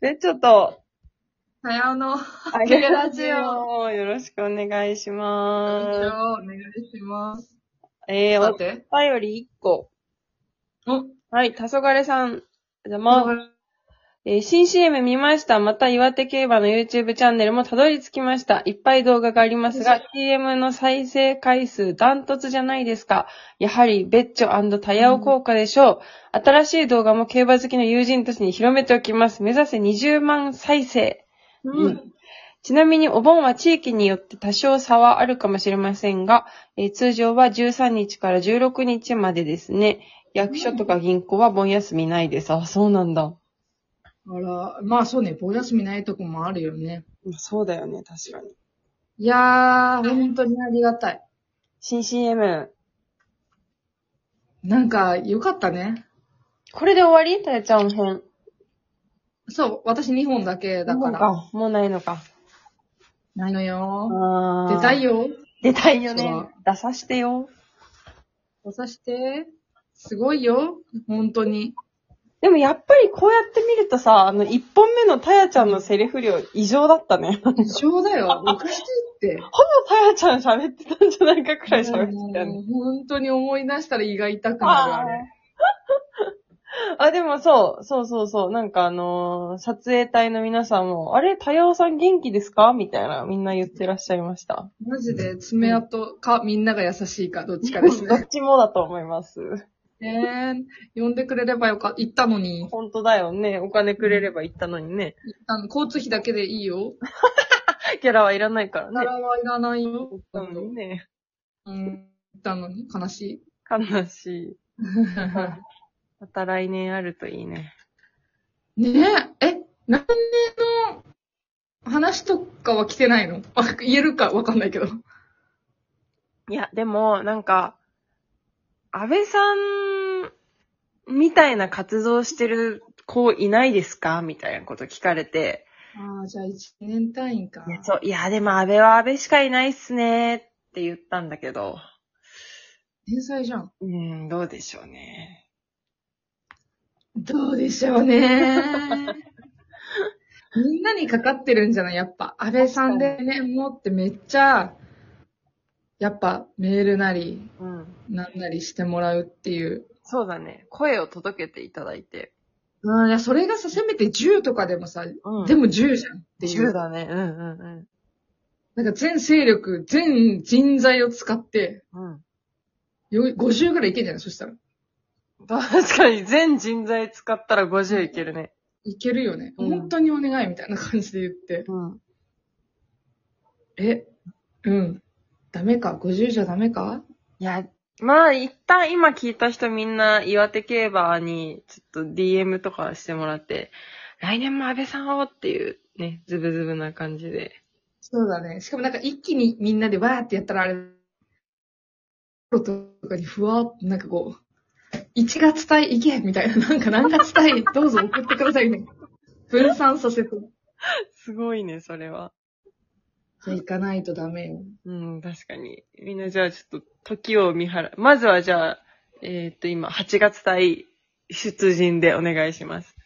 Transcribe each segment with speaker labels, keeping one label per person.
Speaker 1: で、ちょっと、
Speaker 2: さようの、
Speaker 1: あ
Speaker 2: げラジ
Speaker 1: オ。よろしくお願いし
Speaker 2: お
Speaker 1: ま
Speaker 2: 願いします。
Speaker 1: す。えー、
Speaker 2: 待
Speaker 1: お
Speaker 2: って。
Speaker 1: 便り1個。
Speaker 2: お、
Speaker 1: はい、黄昏さん。ありがとうございますえー新 CM 見ました。また岩手競馬の YouTube チャンネルもたどり着きました。いっぱい動画がありますが、CM の再生回数ダントツじゃないですか。やはり、ベッチョタヤオ効果でしょう。新しい動画も競馬好きの友人たちに広めておきます。目指せ20万再生。
Speaker 2: う
Speaker 1: うんん。ちなみにお盆は地域によって多少差はあるかもしれませんが、えー通常は13日から16日までですね。役所とか銀行は盆休みないです。あ、そうなんだ。
Speaker 2: あら、まあそうね、お休みないとこもあるよね。
Speaker 1: そうだよね、確かに。
Speaker 2: いやー、本当にありがたい。
Speaker 1: 新 CM。
Speaker 2: なんか、よかったね。
Speaker 1: これで終わりたやちゃん編。
Speaker 2: そう、私2本だけだから。
Speaker 1: あ、もうないのか。
Speaker 2: ないのよ
Speaker 1: あ
Speaker 2: ー。出たい
Speaker 1: よ。
Speaker 2: よ。
Speaker 1: 出たいよね
Speaker 2: そう。
Speaker 1: 出さしてよ。
Speaker 2: おさして。すごいよ。本当に。
Speaker 1: でもやっぱりこうやって見るとさ、あの、一本目のたやちゃんのセリフ量異常だったね。 ほぼ
Speaker 2: 一生だよ。おかしいって。
Speaker 1: たやちゃん喋ってたんじゃないかくらい喋ってたよね。
Speaker 2: もう本当に思い出したら胃が痛くなる
Speaker 1: あ
Speaker 2: あれ。
Speaker 1: ーあ、でもそう、そうそうそう、なんかあのー撮影隊の皆さんも、あれ、たやおさん元気ですかみたいな、みんな言ってらっしゃいました。
Speaker 2: マジで爪痕か、みんなが優しいか、どっちかです
Speaker 1: ど
Speaker 2: ね。
Speaker 1: っちもだと思います。
Speaker 2: ねえ、呼んでくれればよかった。行ったのに。
Speaker 1: 本当だよね。お金くれれば行ったのにね。
Speaker 2: あの、交通費だけでいいよ。
Speaker 1: ギャラはいらないから
Speaker 2: な
Speaker 1: ね。
Speaker 2: らはいらないよ。
Speaker 1: 行ったのにね。
Speaker 2: うん。行ったのに、悲しい。
Speaker 1: 悲しい。 また来年あるといいね。
Speaker 2: ねえ、え、来年の話とかは来てないのあ言えるかわかんないけど。
Speaker 1: いや、でも、なんか、安倍さん、みたいな活動してる子いないですかみたいなこと聞かれて。
Speaker 2: ああ、じゃあ1年単位か
Speaker 1: いや、そう、いや、でも安倍は安倍しかいないっすね。って言ったんだけど。
Speaker 2: 天才じゃん。
Speaker 1: うん、どうでしょうね。
Speaker 2: どうでしょう ね。みんなにかかってるんじゃないやっぱ、安倍さんでね、もうってめっちゃ、やっぱメールなり、
Speaker 1: うん。
Speaker 2: なんなりしてもらうっていう。
Speaker 1: そうだね。声を届けていただいて。
Speaker 2: うん、いや、それがさ、せめて10とかでもさ、
Speaker 1: う
Speaker 2: でも10じゃんってい
Speaker 1: 10
Speaker 2: う。
Speaker 1: だね。うんうん
Speaker 2: なんか全勢力、全人材を使って、
Speaker 1: うん。うん。
Speaker 2: よ50ぐらいいけんじゃないそしたら。
Speaker 1: 確かに全人材使ったら50いけるね。
Speaker 2: いけるよね。
Speaker 1: うん
Speaker 2: 本当にお願いみたいな感じで言って。
Speaker 1: うん。
Speaker 2: え、うん。ダメか ?50 じゃダメか
Speaker 1: いや、まあ一旦今聞いた人みんな岩手競馬にちょっと DM とかしてもらって、来年も安倍さんをっていうね、ズブズブな感じで。
Speaker 2: そうだね。しかもなんか一気にみんなでわーってやったらあれ、ロとかにふわーっとなんかこう、1月対いけみたいな、なんか何月対どうぞ送ってくださいね。分散させて。
Speaker 1: すごいね、それは。
Speaker 2: じゃあ行かないとダメよ。
Speaker 1: うん、確かに。みんなじゃあちょっと時を見払う。まずはじゃあ、えーっと今8月対出陣でお願いします。。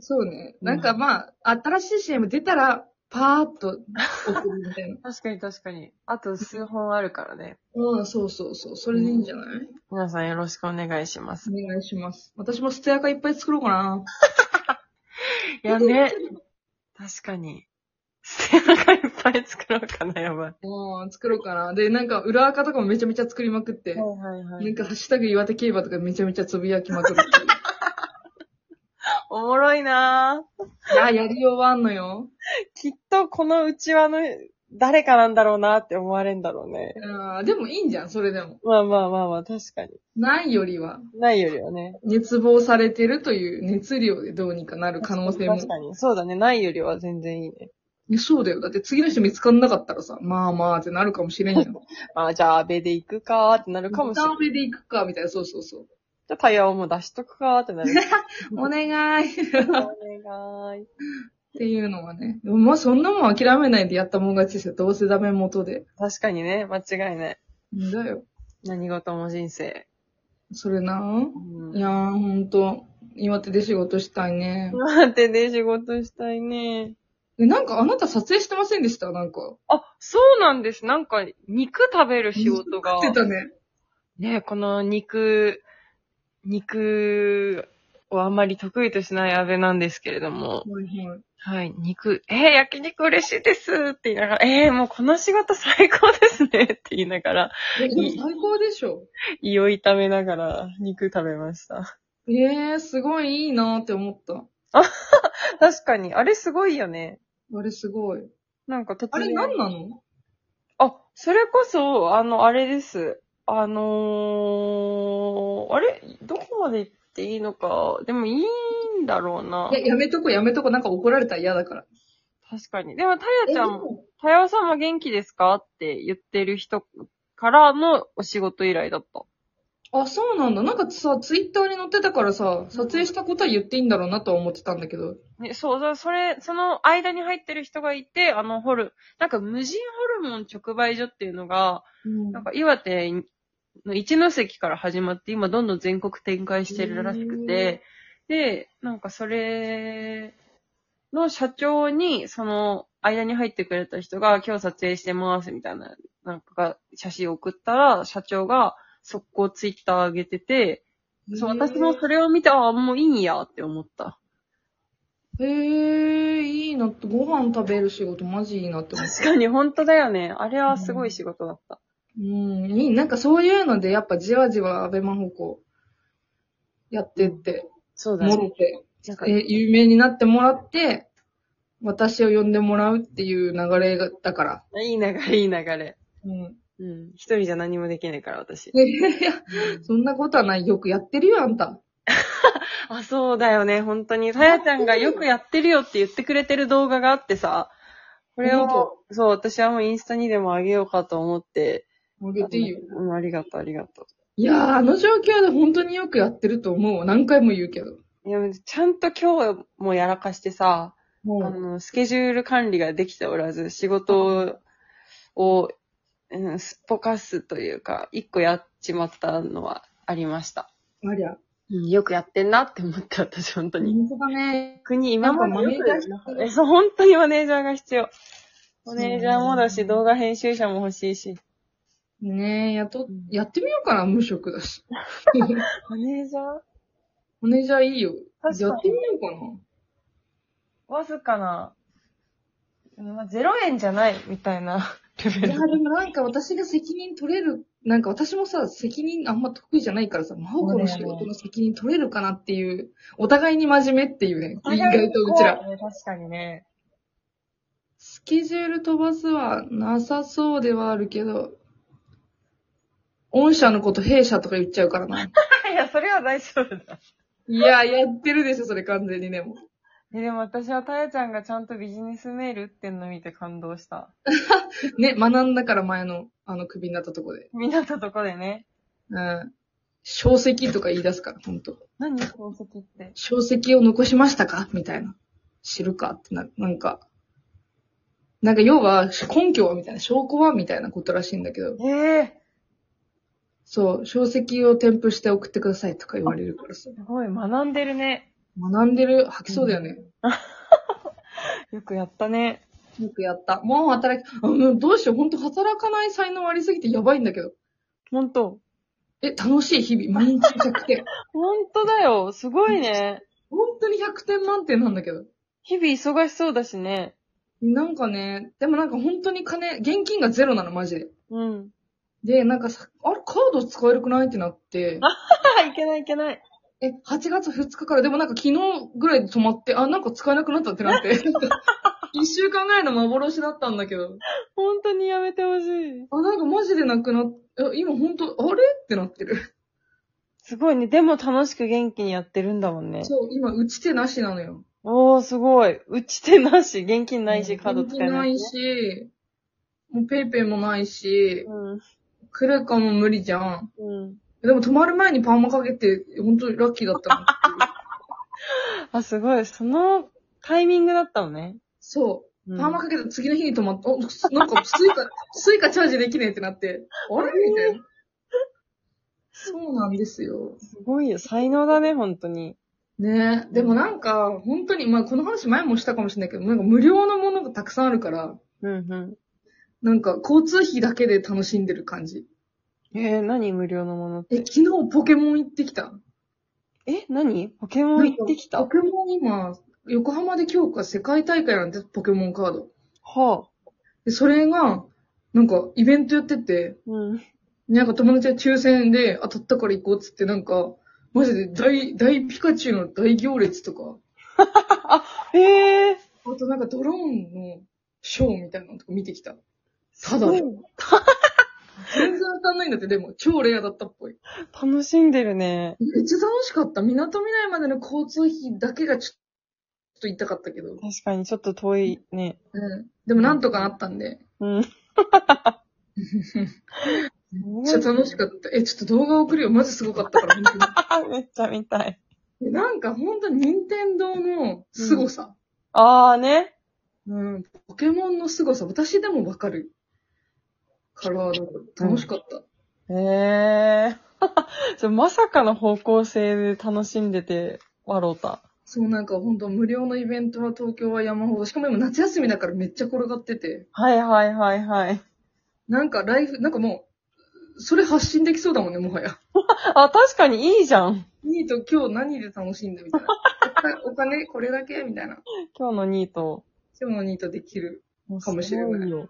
Speaker 2: そうね。なんかまあ、新しい CM 出たら、パーっと送るみたいな
Speaker 1: 確かに確かに。あと数本あるからね。
Speaker 2: うん、そうそうそう。それでいいんじゃない、
Speaker 1: 皆さんよろしくお願いし ます。
Speaker 2: お願いします。私もステアカいっぱい作ろうかな。
Speaker 1: いやね。確かに。ステアがいっぱい作ろうかな、やばい。
Speaker 2: うん、作ろうかな。で、なんか裏垢とかもめちゃめちゃ作りまくって。
Speaker 1: はいは
Speaker 2: なんか、ハッシュタグ岩手競馬とかめちゃめちゃつぶやき まくるっていう。
Speaker 1: おもろいなぁ。
Speaker 2: いや、やりようはあんのよ。
Speaker 1: きっとこのうちわの誰かなんだろうなって思われんだろうね。
Speaker 2: うんでもいいんじゃん、それでも。
Speaker 1: まあまあまあまあ、確かに。
Speaker 2: ないよりは、
Speaker 1: ないよりはね。
Speaker 2: 熱望されてるという熱量でどうにかなる可能性も。
Speaker 1: 確かに。そうだね。ないよりは全然いいね。
Speaker 2: いやそうだよ。だって次の人見つかんなかったらさ、まあまあってなるかもし れんやん。
Speaker 1: あ、じゃあ、安倍で行くかーってなるかもしれない。
Speaker 2: 上で行くか、みたいな。そうそうそう。
Speaker 1: じゃあ、タイヤをもう出しとくかーってなる。
Speaker 2: お願い。っ
Speaker 1: お願い。
Speaker 2: ていうのはね。でもまあそんなもん諦めないでやったもん勝ちですよ。どうせダメ元で。
Speaker 1: 確かにね、間違いない。
Speaker 2: んだよ。
Speaker 1: 何事も人生。
Speaker 2: それな
Speaker 1: うん
Speaker 2: いやー、ほんと。岩手で仕事したいね。
Speaker 1: 岩手で仕事したいね。
Speaker 2: でなんかあなた撮影してませんでしたなんか。
Speaker 1: あ、そうなんです。なんか、肉食べる仕事が。
Speaker 2: 食ってたね。
Speaker 1: ねこの肉、肉をあんまり得意としない安倍なんですけれども。はい、肉、えー、焼肉嬉しいですって言いながら、えー、もうこの仕事最高ですねって言いながら、
Speaker 2: えでも最高でしょ。
Speaker 1: 胃を痛めながら肉食べました。
Speaker 2: ええすごいいいなって思った。
Speaker 1: 確かに、あれすごいよね。
Speaker 2: あれすごい。
Speaker 1: なんか突然。
Speaker 2: あれ何なの
Speaker 1: あ、それこそ、あの、あれです。あのー、あれどこまで行っていいのか。でもいいんだろうな。
Speaker 2: え、やめとこやめとこ、なんか怒られたら嫌だから。
Speaker 1: 確かに。でも、たやちゃん
Speaker 2: えで
Speaker 1: も、
Speaker 2: も
Speaker 1: たやさんも元気ですかって言ってる人からのお仕事依頼だった。
Speaker 2: あ、そうなんだ。なんかさ、ツイッターに載ってたからさ、撮影したことは言っていいんだろうなとは思ってたんだけど。
Speaker 1: ね、そうだ、それ、その間に入ってる人がいて、あの、ホル、なんか無人ホルモン直売所っていうのが、
Speaker 2: うん
Speaker 1: なんか岩手の一ノ関から始まって、今どんどん全国展開してるらしくて、で、なんかそれの社長に、その間に入ってくれた人が、今日撮影してますみたいな、なんかが写真を送ったら、社長が速攻ツイッター上げてて、そう、私もそれを見て、ああ、もういいんやって思った。
Speaker 2: へえ、いいなって、ご飯食べる仕事マジいいなって思った。
Speaker 1: 確かに本当だよね。あれはすごい仕事だった。
Speaker 2: うん、いい。なんかそういうので、やっぱじわじわアベマ方向、やってって、
Speaker 1: そうだ
Speaker 2: もろ
Speaker 1: ね。
Speaker 2: て、
Speaker 1: なんか
Speaker 2: え、有名になってもらって、私を呼んでもらうっていう流れがだから。
Speaker 1: いい流れ、いい流れ。
Speaker 2: うん。
Speaker 1: うん。一人じゃ何もできないから、私。
Speaker 2: いやいやいや、 そんなことはない。よくやってるよ、あんた。
Speaker 1: あ、そうだよね、本当に。さやちゃんがよくやってるよって言ってくれてる動画があってさ、これ
Speaker 2: 本
Speaker 1: を、そう、私はもうインスタにでもあげようかと思って。
Speaker 2: あげていいよ。
Speaker 1: うん、ありがとう、ありがと
Speaker 2: いやー、あの状況で本当によくやってると思うわ。何回も言うけど。
Speaker 1: う。いや、ちゃんと今日もやらかしてさ、
Speaker 2: も
Speaker 1: あ
Speaker 2: う、
Speaker 1: の、スケジュール管理ができておらず、仕事を、うん、すっぽかすというか、一個やっちまったのはありました。
Speaker 2: ありゃ。
Speaker 1: うん、よくやってんなって思った、私、本当に。
Speaker 2: 本当だね。
Speaker 1: 国今までよく
Speaker 2: なんかマネージャー必要
Speaker 1: え、そう、本当にマネージャーが必要。マネージャーもだ
Speaker 2: そう
Speaker 1: し、
Speaker 2: ね
Speaker 1: 動画編集者も欲しいし。
Speaker 2: ねえ、やっと
Speaker 1: うん、
Speaker 2: やってみようかな、無職だし。
Speaker 1: マネージャー
Speaker 2: マネージャーいいよ。や
Speaker 1: 確かに
Speaker 2: ってみようかな。
Speaker 1: わずかな、まあ、0円じゃない、みたいなレベ
Speaker 2: いや、
Speaker 1: ル。
Speaker 2: でもなんか私が責任取れる、なんか私もさ、責任あんま得意じゃないからさ、真帆子の仕事の責任取れるかなっていう、お互いに真面目っていうね、意外とうちら。。
Speaker 1: 確かにね。
Speaker 2: スケジュール飛ばすはなさそうではあるけど、御社のこと弊社とか言っちゃうからな。
Speaker 1: いや、それは大丈夫だ。
Speaker 2: いや、やってるでしょ、それ完全にでも。
Speaker 1: え、でも私はたやちゃんがちゃんとビジネスメール打ってんの見て感動した。
Speaker 2: ね、学んだから前の、あの、クビになったとこで。
Speaker 1: みんなとこでね。
Speaker 2: うん。小籍とか言い出すから、ほんと。
Speaker 1: 何宝石って。
Speaker 2: 小籍を残しましたかみたいな。知るかってな、なんか、なんか要は根拠はみたいな、証拠はみたいなことらしいんだけど、
Speaker 1: ええ
Speaker 2: そう、小籍を添付して送ってくださいとか言われるからさ、
Speaker 1: すごい、学んでるね。
Speaker 2: 学んでる、吐きそうだよね。
Speaker 1: よくやったね。
Speaker 2: よくやった。もう働き、あもうどうしよう、ほんと働かない才能ありすぎてやばいんだけど。
Speaker 1: ほんと。
Speaker 2: え、楽しい日々、毎日100点。
Speaker 1: ほんとだよ。すごいね。
Speaker 2: 本当に100点満点なんだけど。
Speaker 1: 日々忙しそうだしね。
Speaker 2: なんかね、でもなんか本当に金、現金がゼロなの、マジで。
Speaker 1: うん。
Speaker 2: で、なんかさ、あれ、カード使えるくないってなって。
Speaker 1: いけないいけない。
Speaker 2: え、8月2日から、でもなんか昨日ぐらいで止まって、あ、なんか使えなくなったってなって。 一週間ぐらいの幻だったんだけど。
Speaker 1: ほんとにやめてほしい。
Speaker 2: あ、なんかマジでなくなっ、え今ほんと、あれってなってる。
Speaker 1: すごいね。でも楽しく元気にやってるんだもんね。
Speaker 2: そう、今、打ち手なしなのよ。
Speaker 1: おー、すごい。打ち手なし、現金ないし、カード使え
Speaker 2: な
Speaker 1: ないい。
Speaker 2: し、もうペイペイもないし、
Speaker 1: うん。
Speaker 2: クレカも無理じゃん。
Speaker 1: うん。
Speaker 2: でも止まる前にパーマかけて、ほんとラッキーだった の。
Speaker 1: あ、すごい。そのタイミングだったのね。うん
Speaker 2: そう。パーマかけた次の日に止まった。お なんかスイカ、スイカチャージできねえってなって。あれみたいな。そうなんですよ。
Speaker 1: すごいよ。才能だね、ほんとに。
Speaker 2: ねえ。でもなんか、本当に、まあこの話前もしたかもしれないけど、なんか無料のものがたくさんあるから、
Speaker 1: うんう
Speaker 2: なんか交通費だけで楽しんでる感じ。
Speaker 1: ん。えー、何無料のものっ
Speaker 2: え、
Speaker 1: て。
Speaker 2: 昨日ポケモン行ってきた。
Speaker 1: え、何ポケモン行ってきた
Speaker 2: ポ
Speaker 1: は
Speaker 2: ケモン今、横浜で強化世界大会なんて、ポケモンカード。
Speaker 1: あ。
Speaker 2: で、それが、なんかイベントやってて、
Speaker 1: うん。
Speaker 2: なんか友達が抽選で当たったから行こうっつって、なんか、マジで大、大ピカチュウの大行列とか、
Speaker 1: えー、
Speaker 2: あとなんかドローンのショーみたいなのとか見てきた。ただ
Speaker 1: う
Speaker 2: で、
Speaker 1: ん
Speaker 2: 全然当たんないんだって、でも、超レアだったっぽい。
Speaker 1: 楽しんでるね。
Speaker 2: めっちゃ楽しかった。港未来までの交通費だけがちょっと痛かったけど。
Speaker 1: 確かにちょっと遠いね。
Speaker 2: うん。でもなんとかあったんで。
Speaker 1: うん。
Speaker 2: めっちゃ楽しかった。え、ちょっと動画送るよ。マジすごかったから、本当に
Speaker 1: あ めっちゃ見たい。
Speaker 2: えなんか本当に 任天堂の凄さ。
Speaker 1: あーね。
Speaker 2: うん、ポケモンの凄さ、私でもわかる。から、楽しかった。
Speaker 1: ええー。 そうまさかの方向性で楽しんでて、笑うた。
Speaker 2: そう、なんか本当無料のイベントは東京は山ほど。しかも今夏休みだからめっちゃ転がってて。
Speaker 1: はいはいはいはい。
Speaker 2: なんかライフ、なんかもう、それ発信できそうだもんね、もはや。
Speaker 1: あ、確かにいいじゃん。
Speaker 2: ニート今日何で楽しんだみたいな。 お金お金これだけみたいな。
Speaker 1: 今日のニート。
Speaker 2: 今日のニートできる。
Speaker 1: もう
Speaker 2: かもしれない
Speaker 1: すごよ。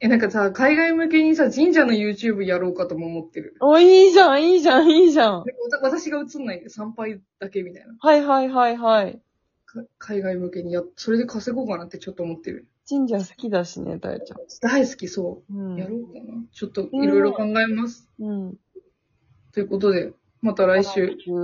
Speaker 2: え、なんかさ、海外向けにさ、神社の YouTube やろうかとも思ってる。
Speaker 1: お、いいじゃん、いいじゃん、いいじゃん。
Speaker 2: でわた私が映んないで参拝だけみたいな。
Speaker 1: はいはいはいはい。
Speaker 2: か海外向けにや、それで稼ごうかなってちょっと思ってる。
Speaker 1: 神社好きだしね、大ちゃ
Speaker 2: 大好きそ
Speaker 1: ん。う
Speaker 2: う。
Speaker 1: ん。
Speaker 2: やろうかな。ちょっといろいろ考えます。
Speaker 1: うん。
Speaker 2: ということで、また来週。
Speaker 1: 週。